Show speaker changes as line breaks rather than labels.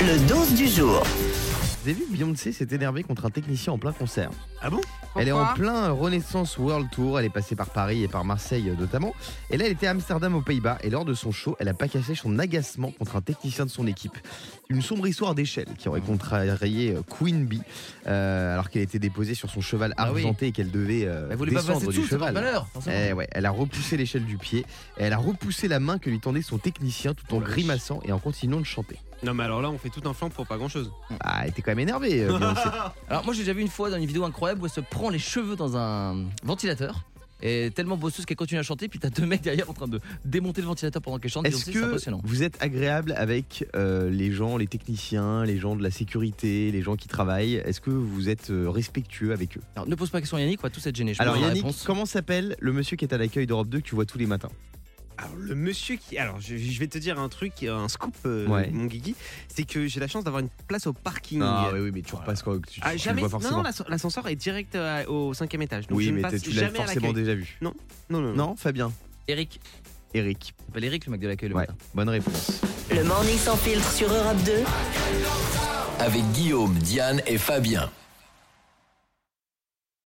Le dose du jour.
Vous avez vu que Beyoncé s'est énervée contre un technicien en plein concert.
Ah bon
elle est
Pourquoi
en plein Renaissance World Tour, elle est passée par Paris et par Marseille euh, notamment. Et là, elle était à Amsterdam aux Pays-Bas et lors de son show, elle a pas caché son agacement contre un technicien de son équipe. Une sombre histoire d'échelle qui aurait contrarié euh, Queen Bee euh, alors qu'elle était déposée sur son cheval
Ah oui.
argenté et qu'elle devait euh,
Elle voulait pas
descendre
passer
du
dessous, c'est pas
cheval.
malheur.
Eh ouais, elle a repoussé l'échelle du pied, et elle a repoussé la main que lui tendait son technicien tout en
Oh la vache. Mm.
grimaçant et en continuant de chanter.
Non mais alors là on fait tout un flanc pour pas grand chose.
Ah, elle était quand même énervée, euh, Beyoncé.
Alors moi j'ai déjà vu une fois dans une vidéo incroyable où elle se prend les cheveux dans un ventilateur. Et tellement bosseuse qu'elle continue à chanter, puis t'as deux mecs derrière en train de démonter le ventilateur pendant qu'elle chante.
Est-ce
Beyoncé, c'est
que
impressionnant.
vous êtes agréable avec euh, les gens, les techniciens, les gens de la sécurité, les gens qui travaillent Est-ce que vous êtes euh, respectueux avec eux
Alors, ne pose pas question Yannick, on va tous être gênés. Je
Alors
pense, la
Yannick,
réponse.
comment s'appelle le monsieur qui est à l'accueil d'Europe 2 que tu vois tous les matins
Alors le monsieur qui... Alors je, je vais te dire un truc, un scoop euh,
Ouais. Ah,
mon Guigui, c'est que j'ai la chance d'avoir une place au parking.
oui, oui, mais tu repasses quand tu,
Ah,
tu
jamais.
le vois
non, non,
forcément.
l'asc- l'ascenseur est direct euh, au cinquième étage. Donc
oui,
je ne
mais t'es-
passe
tu l'as
jamais à
forcément
l'accueil.
déjà vu.
Non, non, non.
Non, Fabien
Eric,
Eric.
il s'appelle Eric le mec de l'accueil le
Ouais,
matin.
bonne réponse.
Le morning sans filtre sur Europe 2.
Avec Guillaume, Diane et Fabien.